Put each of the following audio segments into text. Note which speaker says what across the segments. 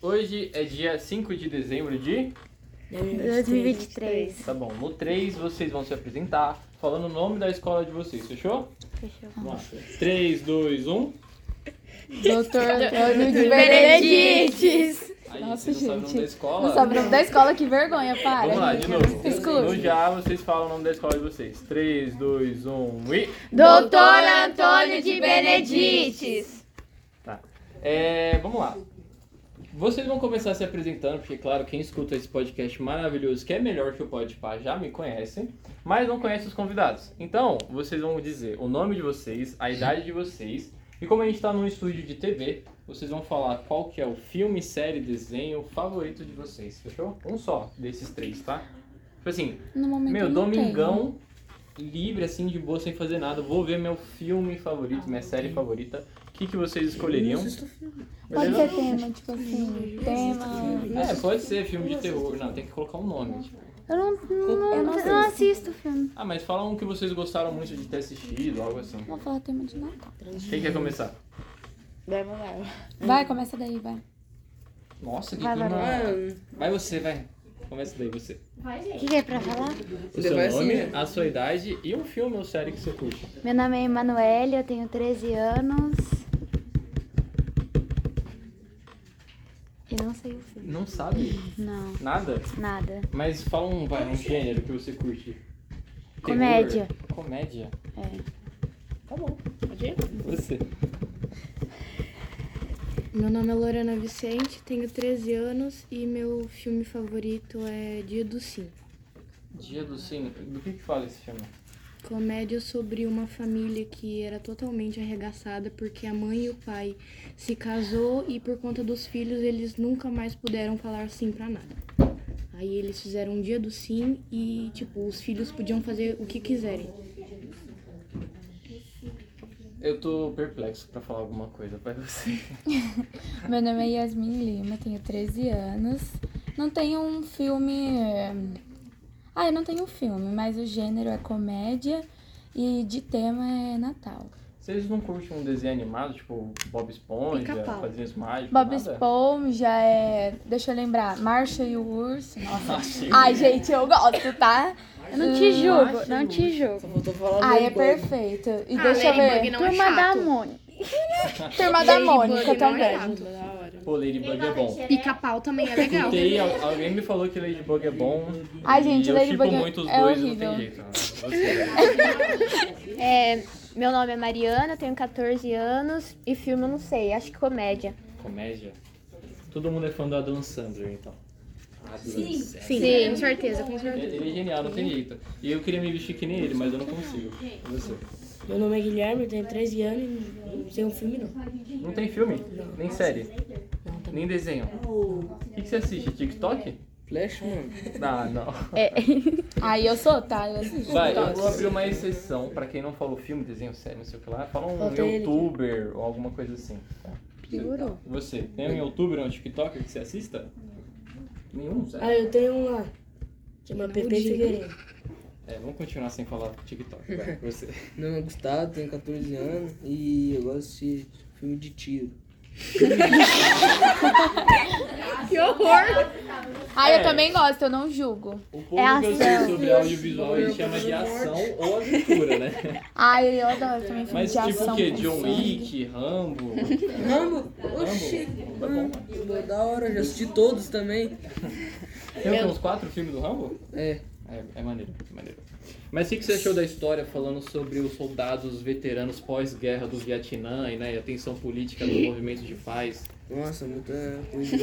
Speaker 1: Hoje é dia 5 de dezembro de.
Speaker 2: 2023.
Speaker 1: Tá bom, no 3 vocês vão se apresentar falando o nome da escola de vocês, fechou?
Speaker 2: Fechou.
Speaker 1: Vamos lá. 3, 2, 1.
Speaker 3: Doutor Antônio de Benedito.
Speaker 2: Benedites!
Speaker 1: Aí,
Speaker 3: Nossa,
Speaker 1: vocês não sabem o nome
Speaker 3: gente.
Speaker 1: da escola.
Speaker 3: Não sabe o nome da escola, que vergonha, para.
Speaker 1: Vamos lá, de novo. No
Speaker 3: Exclui.
Speaker 1: já vocês falam o nome da escola de vocês. 3, 2, 1 e.
Speaker 2: Doutor Antônio de Benedites!
Speaker 1: Tá. É, vamos lá. Vocês vão começar se apresentando, porque, claro, quem escuta esse podcast maravilhoso, que é melhor que o Podpah, já me conhece, mas não conhece os convidados. Então, vocês vão dizer o nome de vocês, a idade de vocês, e como a gente está num estúdio de TV, vocês vão falar qual que é o filme, série, desenho favorito de vocês, fechou? Um só desses três, tá? Tipo assim,
Speaker 3: No momento
Speaker 1: meu,
Speaker 3: eu não tenho.
Speaker 1: domingão livre, assim, de boa, sem fazer nada. Vou ver meu filme favorito, minha série favorita. O que, que vocês escolheriam?
Speaker 3: Pode
Speaker 1: Beleza?
Speaker 3: ser tema, tipo assim, tema...
Speaker 1: É, pode ser filme de terror. Não, tem que colocar um nome. tipo.
Speaker 3: Eu não, não,
Speaker 2: Eu não,
Speaker 3: não,
Speaker 2: não assisto filme.
Speaker 1: Ah, mas fala um que vocês gostaram muito de ter assistido, algo assim.
Speaker 3: vou falar tema de Natal.
Speaker 1: Quem quer começar?
Speaker 3: Vai, começa daí, vai.
Speaker 1: Nossa, que
Speaker 2: Vai, vai,
Speaker 1: clima-
Speaker 4: Mano,
Speaker 1: Vai você, vai. Começa daí, você.
Speaker 2: O que, que é pra falar?
Speaker 1: O
Speaker 4: Você
Speaker 1: seu
Speaker 4: vai
Speaker 1: nome,
Speaker 4: assim, né?
Speaker 1: a sua idade e um filme ou série que você curte.
Speaker 2: Meu nome é Emanuele, eu tenho 13 anos. E não sei o filme.
Speaker 1: Não sabe
Speaker 2: Não,
Speaker 1: nada,
Speaker 2: nada.
Speaker 1: mas fala um, vai, um gênero que você curte. Terror,
Speaker 2: Comédia.
Speaker 1: Comédia.
Speaker 2: É.
Speaker 1: Tá bom. Você.
Speaker 5: Meu nome é Lorena Vicente, tenho 13 anos e meu filme favorito é Dia do Sim.
Speaker 1: Dia do Sim. Do que que fala esse filme?
Speaker 5: Comédia sobre uma família que era totalmente arregaçada porque a mãe e o pai se casou e por conta dos filhos eles nunca mais puderam falar sim pra nada. Aí eles fizeram um Dia do Sim e tipo, os filhos podiam fazer o que quiserem.
Speaker 1: Eu tô perplexo pra falar alguma coisa pra você.
Speaker 3: Meu nome é Yasmin Lima, tenho 13 anos. Não tenho um filme. eh, Ah, eu não tenho um filme, mas o gênero é comédia e de tema é Natal.
Speaker 1: Vocês não curtem um desenho animado, tipo Bob Esponja,
Speaker 5: Pica-pau.
Speaker 1: Padrinhos Mágicos?
Speaker 3: Bob
Speaker 1: nada?
Speaker 3: Esponja é. Deixa eu lembrar, Marcha e o Urso. Nossa.
Speaker 1: Achei.
Speaker 3: Ai, gente, eu gosto, tá?
Speaker 2: Eu não te julgo, não te
Speaker 4: só
Speaker 2: julgo.
Speaker 4: faltou falar
Speaker 3: Ai, é
Speaker 4: Ladybug.
Speaker 3: perfeito. E
Speaker 5: Ah,
Speaker 3: deixa eu
Speaker 5: Ladybug
Speaker 3: ver.
Speaker 5: não é
Speaker 2: Turma da
Speaker 5: chato.
Speaker 2: Mônica.
Speaker 3: Turma da
Speaker 5: Ladybug
Speaker 3: Mônica
Speaker 5: não é
Speaker 3: também.
Speaker 5: chato, da hora.
Speaker 1: Pô, Ladybug é bom.
Speaker 5: Pica-pau também é legal.
Speaker 1: Escutei, al- alguém me falou que Ladybug é bom.
Speaker 3: Ai, gente,
Speaker 1: e eu
Speaker 3: Ladybug
Speaker 1: shippo
Speaker 3: é-
Speaker 1: muito os
Speaker 3: é
Speaker 1: dois,
Speaker 3: horrível.
Speaker 1: não tem jeito. Você.
Speaker 6: É, meu nome é Mariana, eu tenho 14 anos e filme eu não sei, acho que comédia.
Speaker 1: Comédia. Todo mundo é fã do Adam Sandler, então. Sim.
Speaker 5: Sim, com certeza, com certeza.
Speaker 1: Ele é genial, não tem jeito. E eu queria me vestir que nem ele, mas eu não consigo. E Você.
Speaker 7: Meu nome é Guilherme, eu tenho 13 anos e não sei um filme não.
Speaker 1: Não tem filme? Nem série?
Speaker 7: Não, tá
Speaker 1: Nem desenho? O que que você assiste? TikTok?
Speaker 4: Flash, mano.
Speaker 1: Ah, não.
Speaker 3: Ai, eu sou, tá? Eu assisto.
Speaker 1: Vai, eu vou abrir uma exceção pra quem não falou filme, desenho, série, não sei o que lá. Fala um
Speaker 7: Falta ele.
Speaker 1: youtuber ou alguma coisa assim. tá? Você, tem um youtuber ou um tiktoker que você assista? Nenhum,
Speaker 7: Ah,
Speaker 1: sério?
Speaker 7: eu tenho um lá. Chama Pepe Figueiredo.
Speaker 1: É, vamos continuar sem falar tiktok, vai, você.
Speaker 4: Meu nome é Gustavo, tenho 14 anos e eu gosto de filme de tiro.
Speaker 3: Ai,
Speaker 1: É.
Speaker 3: eu também gosto, eu não julgo.
Speaker 1: O pouco
Speaker 2: É
Speaker 1: que eu sei
Speaker 2: ação.
Speaker 1: sobre audiovisual, ele chama de ação ou aventura, né?
Speaker 3: Ai, eu adoro também filme
Speaker 1: Mas
Speaker 3: de
Speaker 1: tipo
Speaker 3: ação.
Speaker 1: o quê?
Speaker 3: com
Speaker 1: John
Speaker 3: sangue.
Speaker 1: Wick, Rambo...
Speaker 4: Rambo? Oxi.
Speaker 1: Rambo? Tá bom.
Speaker 4: Pô, Da hora, já assisti todos também.
Speaker 1: Tem o quê, uns quatro filmes do Rambo?
Speaker 4: É.
Speaker 1: É, é maneiro, é maneiro. Mas o que que você achou da história falando sobre os soldados veteranos pós-guerra do Vietnã e né, e a tensão política do movimento de paz?
Speaker 4: Nossa, muita coisa.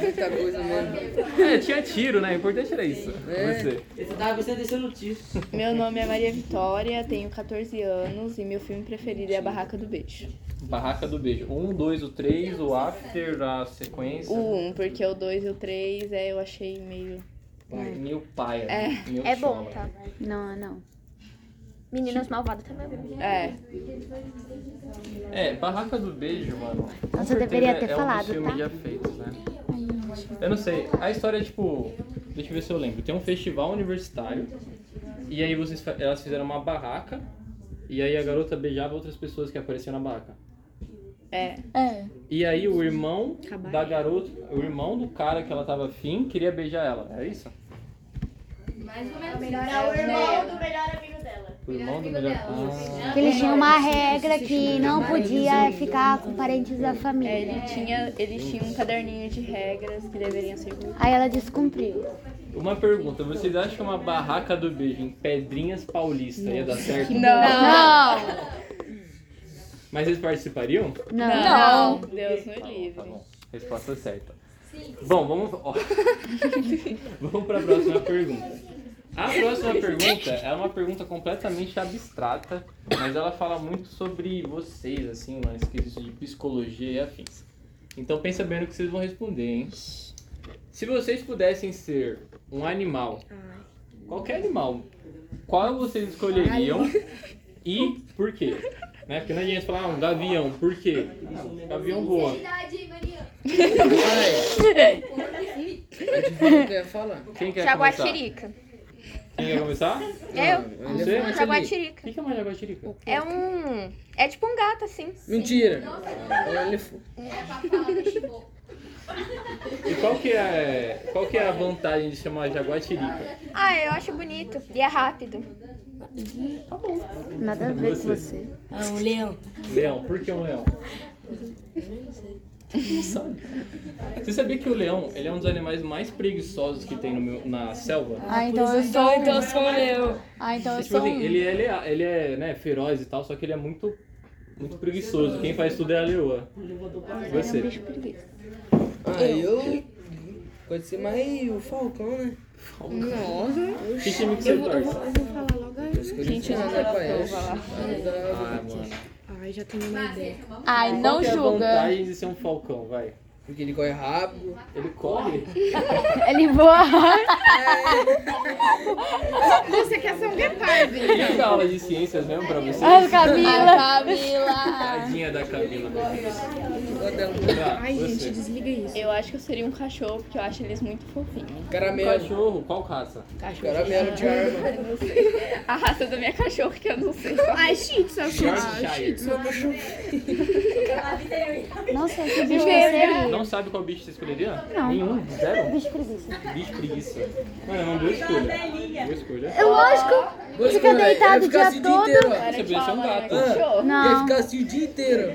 Speaker 4: muita coisa mesmo.
Speaker 1: É, tinha tiro, né? O importante era isso.
Speaker 4: É.
Speaker 1: Você.
Speaker 7: Você tava gostando desse notícia.
Speaker 6: Meu nome é Maria Vitória, tenho 14 anos e meu filme preferido é A Barraca do Beijo.
Speaker 1: Barraca do Beijo. Um, dois, o três, o after, a sequência.
Speaker 6: O 1, porque o 2 e o 3 é, eu achei meio.
Speaker 1: Meu pai.
Speaker 6: É,
Speaker 1: meu
Speaker 6: é bom, tá?
Speaker 1: chola.
Speaker 2: Não, não.
Speaker 6: Meninas Malvadas também é bom.
Speaker 1: É, Barraca do Beijo, mano. com
Speaker 2: Nossa, eu
Speaker 1: certeza
Speaker 2: deveria ter
Speaker 1: é um dos
Speaker 2: falado,
Speaker 1: filmes
Speaker 2: tá?
Speaker 1: já feitos, né?
Speaker 3: Ai, gente.
Speaker 1: Eu não sei. A história é tipo. Deixa eu ver se eu lembro. Tem um festival universitário. E aí vocês, fa- elas fizeram uma barraca. E aí a garota beijava outras pessoas que apareciam na barraca.
Speaker 5: É.
Speaker 3: É,
Speaker 1: E aí o irmão
Speaker 5: Cabaré.
Speaker 1: da garota. O irmão do cara que ela tava afim queria beijar ela. É isso?
Speaker 8: É o irmão do melhor amigo dela.
Speaker 1: O irmão do melhor. Ah.
Speaker 2: Que eles
Speaker 5: É,
Speaker 2: tinham uma regra que não podia ficar com parentes da
Speaker 6: É, ele
Speaker 2: família.
Speaker 6: tinha, eles tinham um caderninho de regras que deveriam ser cumpridas.
Speaker 2: Aí ela descumpriu.
Speaker 1: Uma pergunta, vocês acham que uma barraca do beijo em Pedrinhas Paulista ia dar certo?
Speaker 2: Não!
Speaker 1: Mas eles participariam?
Speaker 2: Não!
Speaker 3: Não.
Speaker 6: Deus me
Speaker 1: Tá
Speaker 6: livre.
Speaker 1: bom. Resposta certa. Bom, vamos. ó. vamos para a próxima pergunta. A próxima pergunta é uma pergunta completamente abstrata, mas ela fala muito sobre vocês, assim, nas questões de psicologia e afins. Então pensa bem no que vocês vão responder, hein? Se vocês pudessem ser um animal, qualquer animal, qual vocês escolheriam e por quê? Né? Porque não adianta falar, ah, um gavião, por quê? Ah, gavião voa.
Speaker 4: É. Eu quero falar.
Speaker 1: Quem quer começar?
Speaker 6: Jaguatirica.
Speaker 1: Quem quer começar?
Speaker 6: Eu,
Speaker 4: Não, ele
Speaker 1: Você?
Speaker 4: é
Speaker 6: um
Speaker 4: mais ali.
Speaker 6: jaguatirica.
Speaker 1: O que que é uma jaguatirica?
Speaker 6: É um. É tipo um gato, assim.
Speaker 4: Mentira. Ele é foi.
Speaker 1: E qual que é, qual que é a vantagem de chamar jaguatirica?
Speaker 6: Ah, eu acho bonito. E é rápido.
Speaker 2: Nada a ver com você.
Speaker 7: Ah, um leão.
Speaker 1: Leão, por que um leão? Não sabe. Você sabia que o leão ele é um dos animais mais preguiçosos que tem no meu- na selva?
Speaker 3: Ah, então eu sou um.
Speaker 7: Então sou eu.
Speaker 3: Ah, então eu
Speaker 1: tipo
Speaker 3: sou
Speaker 1: assim,
Speaker 3: um.
Speaker 1: ele, é lea- ele é né, feroz e tal, só que ele é muito, muito preguiçoso. Quem faz tudo é a leoa. Você.
Speaker 4: Ah, eu. Pode ser mais o Falcão, né?
Speaker 1: Que time que você torce?
Speaker 5: Eu vou falar logo. a-
Speaker 4: As coisas que não
Speaker 1: Ah,
Speaker 4: aparecem.
Speaker 1: mano.
Speaker 5: Ai, já tenho uma ideia.
Speaker 3: Ai,
Speaker 1: Qual
Speaker 3: não
Speaker 1: que é a
Speaker 3: julga.
Speaker 1: vantagem de ser um falcão, vai?
Speaker 4: Porque ele corre rápido.
Speaker 1: Ele corre?
Speaker 2: Ele voa.
Speaker 5: Você quer ser um guepardo?
Speaker 1: Quem dá aula de ciências mesmo pra você?
Speaker 2: Ai, Camila.
Speaker 3: Ai, Camila.
Speaker 1: Tadinha da Camila.
Speaker 4: Igual dela.
Speaker 1: Tá,
Speaker 5: Ai, gente,
Speaker 1: você.
Speaker 5: desliga isso.
Speaker 8: Eu acho que eu seria um cachorro, porque eu acho eles muito fofinhos.
Speaker 4: Caramelo.
Speaker 1: é um Cachorro, qual caça?
Speaker 4: Caramelo de arma.
Speaker 8: A raça da minha cachorra, que eu não sei.
Speaker 5: Ai, shih tzu,
Speaker 1: Yorkshire.
Speaker 2: Não sei que bicho é que seria.
Speaker 1: Não sabe qual bicho você escolheria? Nenhum? Zero?
Speaker 2: Bicho preguiça.
Speaker 1: Bicho preguiça. Mano, é uma boa escolha. Boa escolha.
Speaker 2: É lógico. Fica
Speaker 4: Gostou, né?
Speaker 2: deitado
Speaker 4: Ia
Speaker 2: o dia
Speaker 4: ficar assim o dia
Speaker 2: todo.
Speaker 4: inteiro, ó.
Speaker 1: Você podia ser um gato.
Speaker 2: né?
Speaker 4: Ah, Ia
Speaker 2: Não,
Speaker 4: ficar assim o dia inteiro.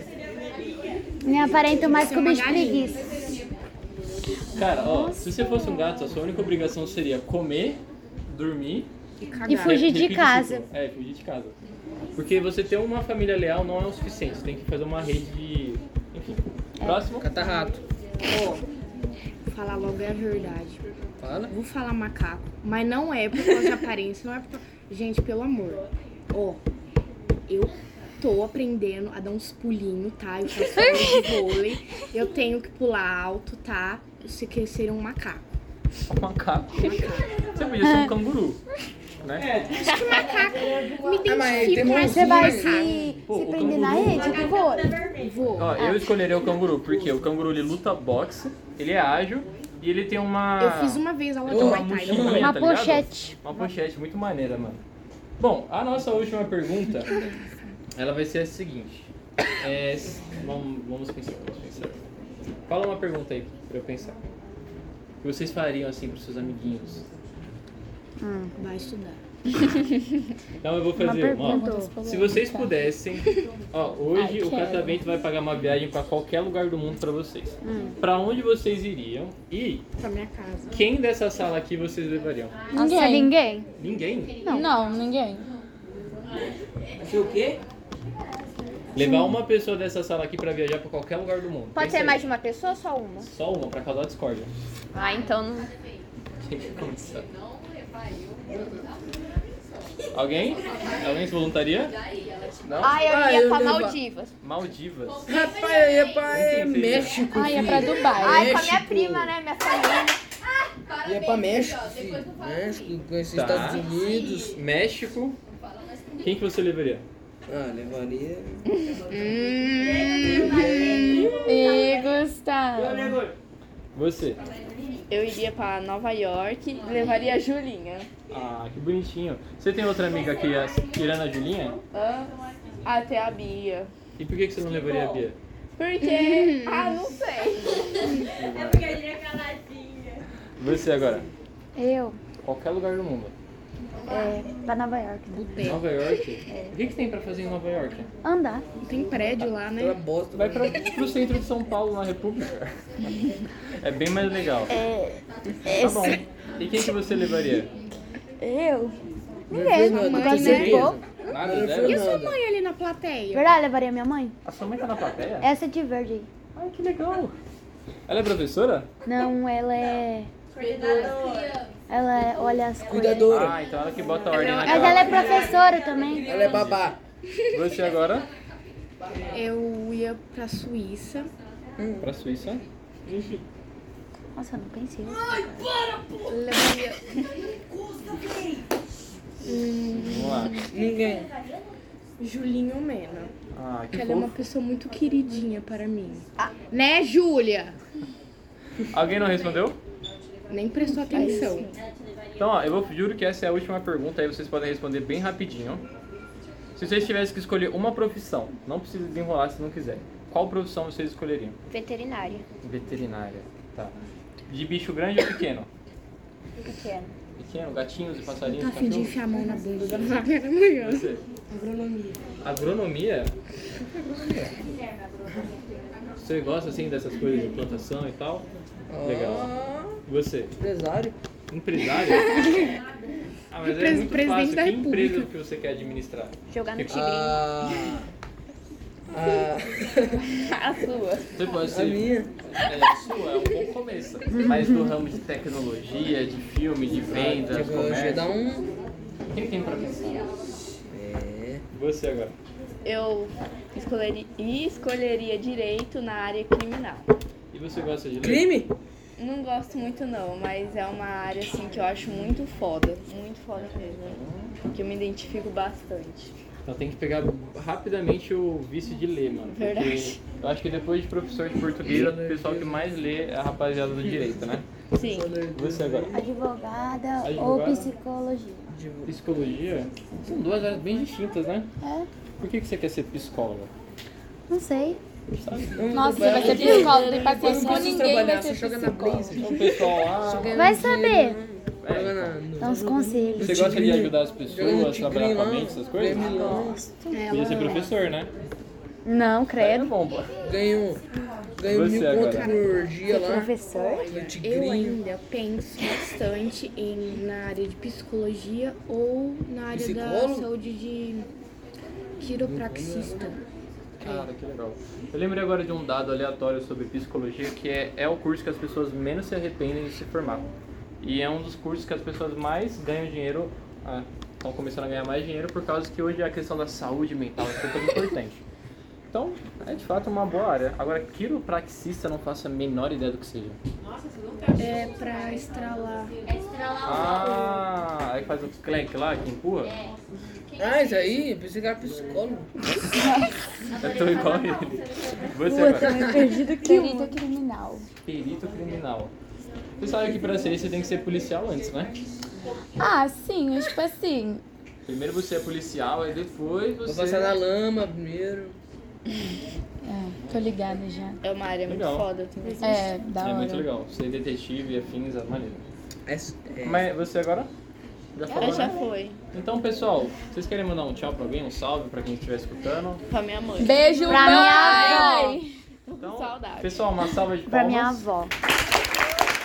Speaker 2: me aparento mais com bicho preguiça.
Speaker 1: Ah, Cara, ó, se você fosse um gato, a sua única obrigação seria comer, dormir
Speaker 2: E fugir de
Speaker 1: repetir
Speaker 2: casa.
Speaker 1: ciclo. É, fugir de casa. Porque você ter uma família leal não é o suficiente. Você tem que fazer uma rede de. Enfim.
Speaker 2: É.
Speaker 1: Próximo?
Speaker 4: Catarrato.
Speaker 5: Vou falar logo é a verdade.
Speaker 4: Fala.
Speaker 5: Vou falar macaco, mas não é por causa de aparência, não é por... Gente, pelo amor. Ó, eu tô aprendendo a dar uns pulinhos, tá? Eu faço aula de vôlei, eu tenho que pular alto, tá? Se quer ser um macaco.
Speaker 1: Macaco. Você podia ser um canguru.
Speaker 5: É,
Speaker 1: Né?
Speaker 5: Macaco, me
Speaker 4: Ah, mas
Speaker 5: identifico
Speaker 4: tem
Speaker 5: mais
Speaker 2: Você
Speaker 5: um
Speaker 2: vai
Speaker 5: macaco.
Speaker 2: se,
Speaker 1: Pô, tá
Speaker 2: se prender na rede do voo?
Speaker 5: Vou.
Speaker 1: Ó, eu escolheria o canguru, porque o canguru ele luta boxe, ele é ágil e ele tem uma.
Speaker 5: Eu fiz uma vez aula de
Speaker 1: tem uma
Speaker 5: Muay Thai.
Speaker 1: mochilinha,
Speaker 2: Uma
Speaker 1: tá ligado?
Speaker 2: pochete.
Speaker 1: Uma pochete muito maneira, mano. Bom, a nossa última pergunta, ela vai ser a seguinte. É, s- vamos, vamos pensar, vamos pensar. Fala uma pergunta aí pra eu pensar. O que vocês fariam assim pros seus amiguinhos?
Speaker 5: Vai estudar.
Speaker 1: Então eu vou
Speaker 2: Uma
Speaker 1: fazer uma. ó.
Speaker 2: pergunta.
Speaker 1: Se vocês pudessem, ó, hoje
Speaker 3: Ai,
Speaker 1: o
Speaker 3: quero.
Speaker 1: Catavento vai pagar uma viagem pra qualquer lugar do mundo pra vocês. Pra onde vocês iriam e
Speaker 5: Pra minha casa.
Speaker 1: quem dessa sala aqui vocês levariam?
Speaker 2: Nossa, é
Speaker 3: Ninguém.
Speaker 2: ninguém.
Speaker 1: Ninguém?
Speaker 3: Não, ninguém.
Speaker 4: Achei o quê?
Speaker 1: Levar uma pessoa dessa sala aqui pra viajar pra qualquer lugar do mundo.
Speaker 6: Pode
Speaker 1: Pensa
Speaker 6: ser
Speaker 1: aí.
Speaker 6: mais de uma pessoa ou só uma?
Speaker 1: Só uma pra causar discórdia.
Speaker 8: Ah, então não.
Speaker 1: Tem que começar. Alguém? Alguém se voluntaria? Não?
Speaker 6: Ah,
Speaker 4: Ah,
Speaker 6: eu ia
Speaker 4: eu
Speaker 6: pra
Speaker 4: levo-
Speaker 6: Maldivas.
Speaker 1: Maldivas.
Speaker 4: Rapaz, eu ia pra é, México.
Speaker 3: Ai, é pra Dubai.
Speaker 6: Ai, Ah, com a minha
Speaker 4: México.
Speaker 6: prima, né? Minha família.
Speaker 4: Ia é pra México. filho. México, conhecer
Speaker 1: Tá.
Speaker 4: Estados Unidos.
Speaker 1: México. Quem que você levaria?
Speaker 4: Ah, levaria.
Speaker 3: E Hum, Gustavo.
Speaker 1: Você.
Speaker 8: Eu iria pra Nova York e levaria a Julinha.
Speaker 1: Ah, que bonitinho. Você tem outra amiga aqui, a- tirando a Julinha?
Speaker 8: Hã? Até a Bia.
Speaker 1: E por que, que você não levaria a Bia?
Speaker 8: Porque. ah, não sei.
Speaker 1: Você agora.
Speaker 2: Eu?
Speaker 1: Qualquer lugar do mundo.
Speaker 2: É, pra Nova York.
Speaker 5: Boteco.
Speaker 1: Nova York?
Speaker 8: É.
Speaker 1: O que, que tem pra fazer em Nova York?
Speaker 2: Andar.
Speaker 5: Tem prédio lá, né?
Speaker 4: Ela bosta.
Speaker 1: Vai pra, pro centro de São Paulo, na República. É bem mais legal.
Speaker 2: É,
Speaker 1: Tá bom. E quem que você levaria?
Speaker 2: eu? Ninguém.
Speaker 4: Fernanda,
Speaker 2: Não gosto de
Speaker 4: certeza?
Speaker 2: pouco.
Speaker 1: Nada,
Speaker 5: E a
Speaker 1: zero?
Speaker 5: sua mãe ali na plateia?
Speaker 2: Verdade, levaria minha mãe?
Speaker 1: A sua mãe tá na plateia?
Speaker 2: Essa é de verde aí.
Speaker 1: Ai, que legal. Ela é professora?
Speaker 2: Não, ela é. Ela é- olha as coisas.
Speaker 4: Cuidadora.
Speaker 1: Ah, então ela que bota a ordem na
Speaker 2: Mas ela é
Speaker 1: casa.
Speaker 2: professora também.
Speaker 4: Ela é babá.
Speaker 1: Você agora?
Speaker 5: Eu ia pra Suíça.
Speaker 1: Pra Suíça.
Speaker 2: Nossa, eu não pensei.
Speaker 5: Levaria.
Speaker 1: Vamos lá.
Speaker 4: Ninguém.
Speaker 5: Julinho Mena.
Speaker 1: Ah, que
Speaker 5: Que ela é uma
Speaker 1: fofo.
Speaker 5: pessoa muito queridinha para mim. Né, Júlia?
Speaker 1: Alguém não respondeu?
Speaker 5: Nem prestou atenção.
Speaker 1: Então, ó, eu vou- juro que essa é a última pergunta, aí vocês podem responder bem rapidinho. Se vocês tivessem que escolher uma profissão, não precisa desenrolar se não quiser. Qual profissão vocês escolheriam?
Speaker 6: Veterinária.
Speaker 1: Veterinária. Tá. De bicho grande ou pequeno?
Speaker 6: Pequeno.
Speaker 1: Pequeno, gatinhos e passarinhos,
Speaker 5: Tá a fim de
Speaker 1: cachorros?
Speaker 5: enfiar a mão na bunda da Mara amanhã.
Speaker 1: Você? é. Agronomia. Agronomia? Você gosta assim dessas coisas de plantação e tal?
Speaker 4: Ah.
Speaker 1: Legal. Você?
Speaker 4: Empresário.
Speaker 1: Empresário? Ah, mas é
Speaker 5: Pres-
Speaker 1: muito
Speaker 5: presidente
Speaker 1: fácil.
Speaker 5: da
Speaker 1: Que
Speaker 5: República.
Speaker 1: empresa que você quer administrar?
Speaker 6: Jogar no
Speaker 1: Que-
Speaker 6: tigrinho.
Speaker 4: Ah,
Speaker 8: A sua.
Speaker 1: Você pode
Speaker 4: a, a
Speaker 1: ser.
Speaker 4: minha.
Speaker 1: É, a sua é um bom começo. Mas do ramo de tecnologia, de filme, de vendas,
Speaker 4: Tipo, eu ia
Speaker 1: comércio.
Speaker 4: dar um.
Speaker 1: O que tem pra pensar?
Speaker 4: É.
Speaker 1: Você agora.
Speaker 8: Eu escolheri- e escolheria direito na área criminal.
Speaker 1: E você gosta de ler?
Speaker 4: Crime?
Speaker 8: Não gosto muito não, mas é uma área assim que eu acho muito foda. Muito foda mesmo. Que eu me identifico bastante.
Speaker 1: Ela Então tem que pegar rapidamente o vício de ler, mano. porque
Speaker 8: Verdade.
Speaker 1: Eu acho que depois de professor de português, o pessoal que mais lê é a rapaziada do direito, né?
Speaker 8: Sim.
Speaker 1: Você agora.
Speaker 2: Advogada, ou
Speaker 1: Advogada?
Speaker 2: psicologia.
Speaker 1: Psicologia? São duas áreas bem distintas, né? É. Por que, que você quer ser psicóloga?
Speaker 2: Não sei.
Speaker 3: Nossa, você vai ser psicólogo, não tem paciência com ninguém, vai
Speaker 4: trabalhar,
Speaker 3: ser
Speaker 4: você joga na
Speaker 3: psicólogo.
Speaker 4: Blaze.
Speaker 1: Então, pessoal, ah,
Speaker 2: Vai saber.
Speaker 4: Joga na. no-
Speaker 2: Dá uns conselhos.
Speaker 1: você gosta de
Speaker 4: Tigrinho.
Speaker 1: ajudar as
Speaker 4: Joga no
Speaker 1: pessoas, trabalhar com a
Speaker 4: tigrinho.
Speaker 1: mente, essas coisas?
Speaker 4: Ganha milhões.
Speaker 1: Queria ser professor, né?
Speaker 2: Não,
Speaker 1: É
Speaker 2: credo.
Speaker 1: bom, pô.
Speaker 4: Ganha um. Ganha
Speaker 1: Você
Speaker 4: mil
Speaker 1: agora.
Speaker 4: conto por dia lá.
Speaker 2: Professor?
Speaker 4: No
Speaker 5: Eu
Speaker 4: tigrinho.
Speaker 5: ainda penso bastante em, na área de psicologia ou na área da
Speaker 4: Psicólogo?
Speaker 5: saúde de quiropraxista.
Speaker 1: Cara, que legal. Eu lembrei agora de um dado aleatório sobre psicologia, que é, é o curso que as pessoas menos se arrependem de se formar. E é um dos cursos que as pessoas mais ganham dinheiro, estão começando a ganhar mais dinheiro, por causa que hoje é a questão da saúde mental é super importante. Então, é de fato uma boa área. Agora, quiropraxista, eu não faço a menor ideia do que seja.
Speaker 5: É pra estralar.
Speaker 1: Ah, aí faz o clank lá, que empurra?
Speaker 4: Ah, isso aí? Eu pensei que era psicólogo.
Speaker 1: Eu tô É igual a ele. Você agora.
Speaker 3: Perito criminal.
Speaker 1: Perito criminal. Você sabe que pra ser isso você tem que ser policial antes, né?
Speaker 3: Ah, sim, mas, tipo assim,
Speaker 1: Primeiro você é policial, aí depois
Speaker 4: Vou
Speaker 1: você. é
Speaker 4: passar na lama primeiro.
Speaker 3: é, tô ligada já.
Speaker 8: É uma área muito
Speaker 1: Legal.
Speaker 8: foda também.
Speaker 3: É, da hora.
Speaker 1: É muito legal. Ser detetive e afins, é maneiro.
Speaker 4: É, é,
Speaker 1: Mas você agora? Já
Speaker 8: Ela
Speaker 1: falou,
Speaker 8: já
Speaker 1: né?
Speaker 8: foi.
Speaker 1: Então, pessoal, vocês querem mandar um tchau pra alguém, um salve pra quem estiver escutando?
Speaker 8: Pra minha mãe.
Speaker 3: Beijo,
Speaker 2: Pra
Speaker 6: é
Speaker 2: minha
Speaker 3: mãe!
Speaker 1: Então,
Speaker 8: Saudade.
Speaker 1: pessoal, uma salva de
Speaker 2: Pra minha
Speaker 1: palmas.
Speaker 2: avó.